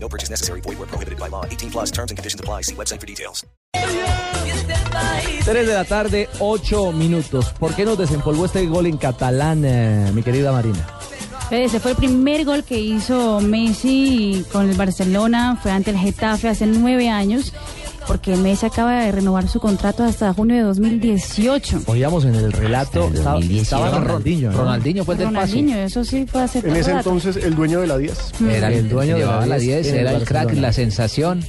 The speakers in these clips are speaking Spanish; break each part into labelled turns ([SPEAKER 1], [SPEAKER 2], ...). [SPEAKER 1] No purchase necessary. Void where prohibited by law. 18 plus terms and conditions apply. See website for details.
[SPEAKER 2] 3 de la tarde, 8 minutos. ¿Por qué nos desempolvó este gol en catalán, eh, mi querida Marina?
[SPEAKER 3] Eh, Ese fue el primer gol que hizo Messi con el Barcelona, fue ante el Getafe hace nueve años, porque Messi acaba de renovar su contrato hasta junio de 2018.
[SPEAKER 2] Oíamos en el relato, estaba, estaba Ronaldinho. ¿no?
[SPEAKER 4] Ronaldinho fue el del pase.
[SPEAKER 3] Ronaldinho, eso sí fue hace
[SPEAKER 5] En ese
[SPEAKER 3] rato.
[SPEAKER 5] entonces, el dueño de la 10.
[SPEAKER 4] Era
[SPEAKER 2] El
[SPEAKER 4] Mm. el
[SPEAKER 2] dueño
[SPEAKER 4] dueño
[SPEAKER 2] de la
[SPEAKER 4] llevaba la
[SPEAKER 2] 10,
[SPEAKER 4] 10,
[SPEAKER 2] en
[SPEAKER 4] era el crack,
[SPEAKER 2] Barcelona.
[SPEAKER 4] la sensación.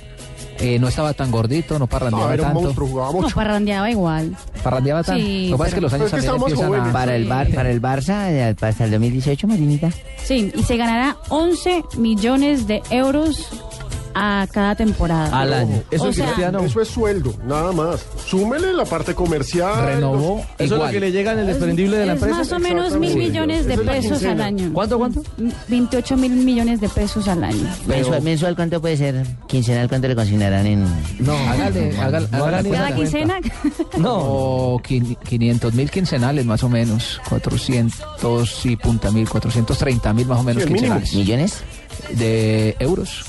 [SPEAKER 4] Eh, no estaba tan gordito, no
[SPEAKER 5] No,
[SPEAKER 4] parrandeaba
[SPEAKER 5] Ah, era un
[SPEAKER 4] tanto.
[SPEAKER 5] monstruo, jugaba
[SPEAKER 3] No,
[SPEAKER 5] mucho.
[SPEAKER 3] parrandeaba igual.
[SPEAKER 4] Parrandeaba tanto.
[SPEAKER 3] Sí,
[SPEAKER 4] Lo que pasa es que
[SPEAKER 3] pero-
[SPEAKER 4] los años
[SPEAKER 5] Pero es que
[SPEAKER 4] también
[SPEAKER 5] estamos
[SPEAKER 4] empiezan
[SPEAKER 5] jóvenes.
[SPEAKER 4] a...
[SPEAKER 6] Para el, bar, para el Barça, eh, hasta el 2018, Marinita.
[SPEAKER 3] Sí, y se ganará 11 millones de euros a cada temporada.
[SPEAKER 2] Al año. Eso
[SPEAKER 3] O
[SPEAKER 2] es
[SPEAKER 3] sea,
[SPEAKER 2] Cristiano.
[SPEAKER 5] Eso es sueldo, nada más. Súmele la parte comercial.
[SPEAKER 4] Renovó
[SPEAKER 2] Eso es lo
[SPEAKER 4] igual.
[SPEAKER 2] que le llega en el desprendible de la
[SPEAKER 3] es
[SPEAKER 2] empresa.
[SPEAKER 3] más o menos mil
[SPEAKER 5] Exactamente.
[SPEAKER 3] millones de
[SPEAKER 5] Esa es la
[SPEAKER 3] pesos al
[SPEAKER 5] quincena.
[SPEAKER 3] año.
[SPEAKER 2] ¿Cuánto, cuánto?
[SPEAKER 3] 28 mil millones de pesos al año.
[SPEAKER 6] Mensual, mensual, ¿cuánto puede ser? Quincenal, ¿cuánto le consignarán en...?
[SPEAKER 4] No, hágale, hágale,
[SPEAKER 2] No hagan
[SPEAKER 4] hágale.
[SPEAKER 2] esa
[SPEAKER 3] Cada
[SPEAKER 2] cuenta.
[SPEAKER 3] quincena.
[SPEAKER 2] No.
[SPEAKER 4] O 500 mil quincenales más o menos, 400 y punta mil, 430 mil más o menos
[SPEAKER 5] Sí, el mínimo.
[SPEAKER 4] quincenales
[SPEAKER 6] ¿Millones?
[SPEAKER 4] de euros.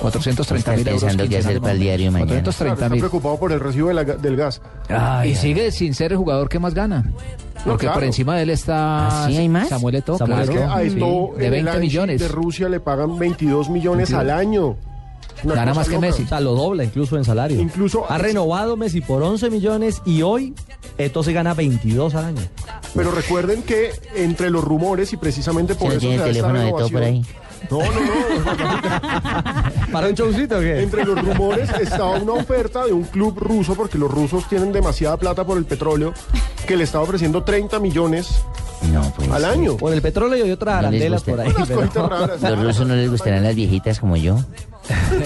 [SPEAKER 4] 430 mil
[SPEAKER 6] Está
[SPEAKER 4] euros.
[SPEAKER 6] pensando qué hacer
[SPEAKER 4] quincenales
[SPEAKER 6] para el
[SPEAKER 4] más o
[SPEAKER 6] diario
[SPEAKER 4] menos.
[SPEAKER 6] mañana.
[SPEAKER 5] Claro,
[SPEAKER 4] 430
[SPEAKER 5] está
[SPEAKER 4] mil. Ah,
[SPEAKER 5] preocupado por el recibo de la ga- del gas.
[SPEAKER 2] Ay,
[SPEAKER 4] y
[SPEAKER 2] ay.
[SPEAKER 4] sigue sin ser el jugador que más gana. Porque
[SPEAKER 5] claro.
[SPEAKER 4] por encima de él está
[SPEAKER 6] ¿Ah, sí hay más?
[SPEAKER 4] Samuel Eto'o,
[SPEAKER 2] Samuel
[SPEAKER 4] claro.
[SPEAKER 5] Es que
[SPEAKER 2] Claro.
[SPEAKER 5] a
[SPEAKER 4] Sí,
[SPEAKER 5] esto
[SPEAKER 4] de 20 millones.
[SPEAKER 5] de Rusia le pagan 22 millones al año. Una
[SPEAKER 4] Gana
[SPEAKER 5] cosa
[SPEAKER 4] más que
[SPEAKER 5] loca.
[SPEAKER 4] Messi.
[SPEAKER 2] O sea, lo dobla incluso en salario.
[SPEAKER 5] Incluso-
[SPEAKER 2] ha renovado Messi por 11 millones y hoy esto se gana 22 al año.
[SPEAKER 5] Pero recuerden que entre los rumores y precisamente por
[SPEAKER 6] ¿Se lo
[SPEAKER 5] eso
[SPEAKER 6] tiene el
[SPEAKER 5] se da esta
[SPEAKER 6] teléfono de todo
[SPEAKER 5] renovación.
[SPEAKER 6] por ahí?
[SPEAKER 5] No, no, no.
[SPEAKER 2] ¿Para un showcito o qué?
[SPEAKER 5] Entre los rumores estaba una oferta de un club ruso, porque los rusos tienen demasiada plata por el petróleo, que le estaba ofreciendo 30 millones
[SPEAKER 6] No, pues...
[SPEAKER 5] al año.
[SPEAKER 2] Por el petróleo y otras
[SPEAKER 6] No les
[SPEAKER 2] arandelas
[SPEAKER 6] gusta.
[SPEAKER 2] por ahí.
[SPEAKER 5] Unas
[SPEAKER 2] pero-
[SPEAKER 5] cositas raras.
[SPEAKER 6] eh, Los rusos no les gustarán las viejitas como yo.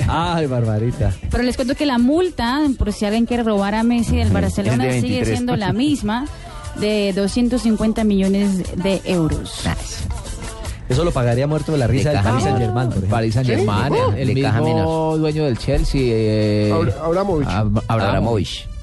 [SPEAKER 2] Ay, Barbarita.
[SPEAKER 3] Pero les cuento que la multa por si alguien quiere robar a Messi del Barcelona
[SPEAKER 6] Es de
[SPEAKER 3] sigue
[SPEAKER 6] 23.
[SPEAKER 3] siendo la misma de 250 millones de
[SPEAKER 6] Ah,
[SPEAKER 3] euros.
[SPEAKER 2] Eso lo pagaría muerto de la risa
[SPEAKER 6] De
[SPEAKER 2] del
[SPEAKER 6] caja
[SPEAKER 2] Paris Saint
[SPEAKER 6] menor.
[SPEAKER 2] Germain, por ejemplo. Oh.
[SPEAKER 4] Paris Saint Germain,
[SPEAKER 6] ¿Qué?
[SPEAKER 4] el, el
[SPEAKER 6] De caja
[SPEAKER 4] mismo
[SPEAKER 6] menor.
[SPEAKER 4] dueño del Chelsea. eh,
[SPEAKER 5] Abra- Abramovich.
[SPEAKER 4] Ab- Abramovich.
[SPEAKER 6] Abramovich.